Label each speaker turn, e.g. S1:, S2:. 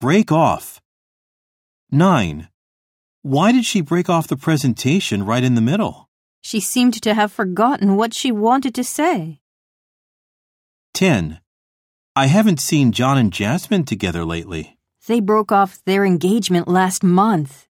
S1: Break off. 9. Why did she break off the presentation right in the middle?
S2: She seemed to have forgotten what she wanted to say.
S1: 10. I haven't seen John and Jasmine together lately.
S2: They broke off their engagement last month.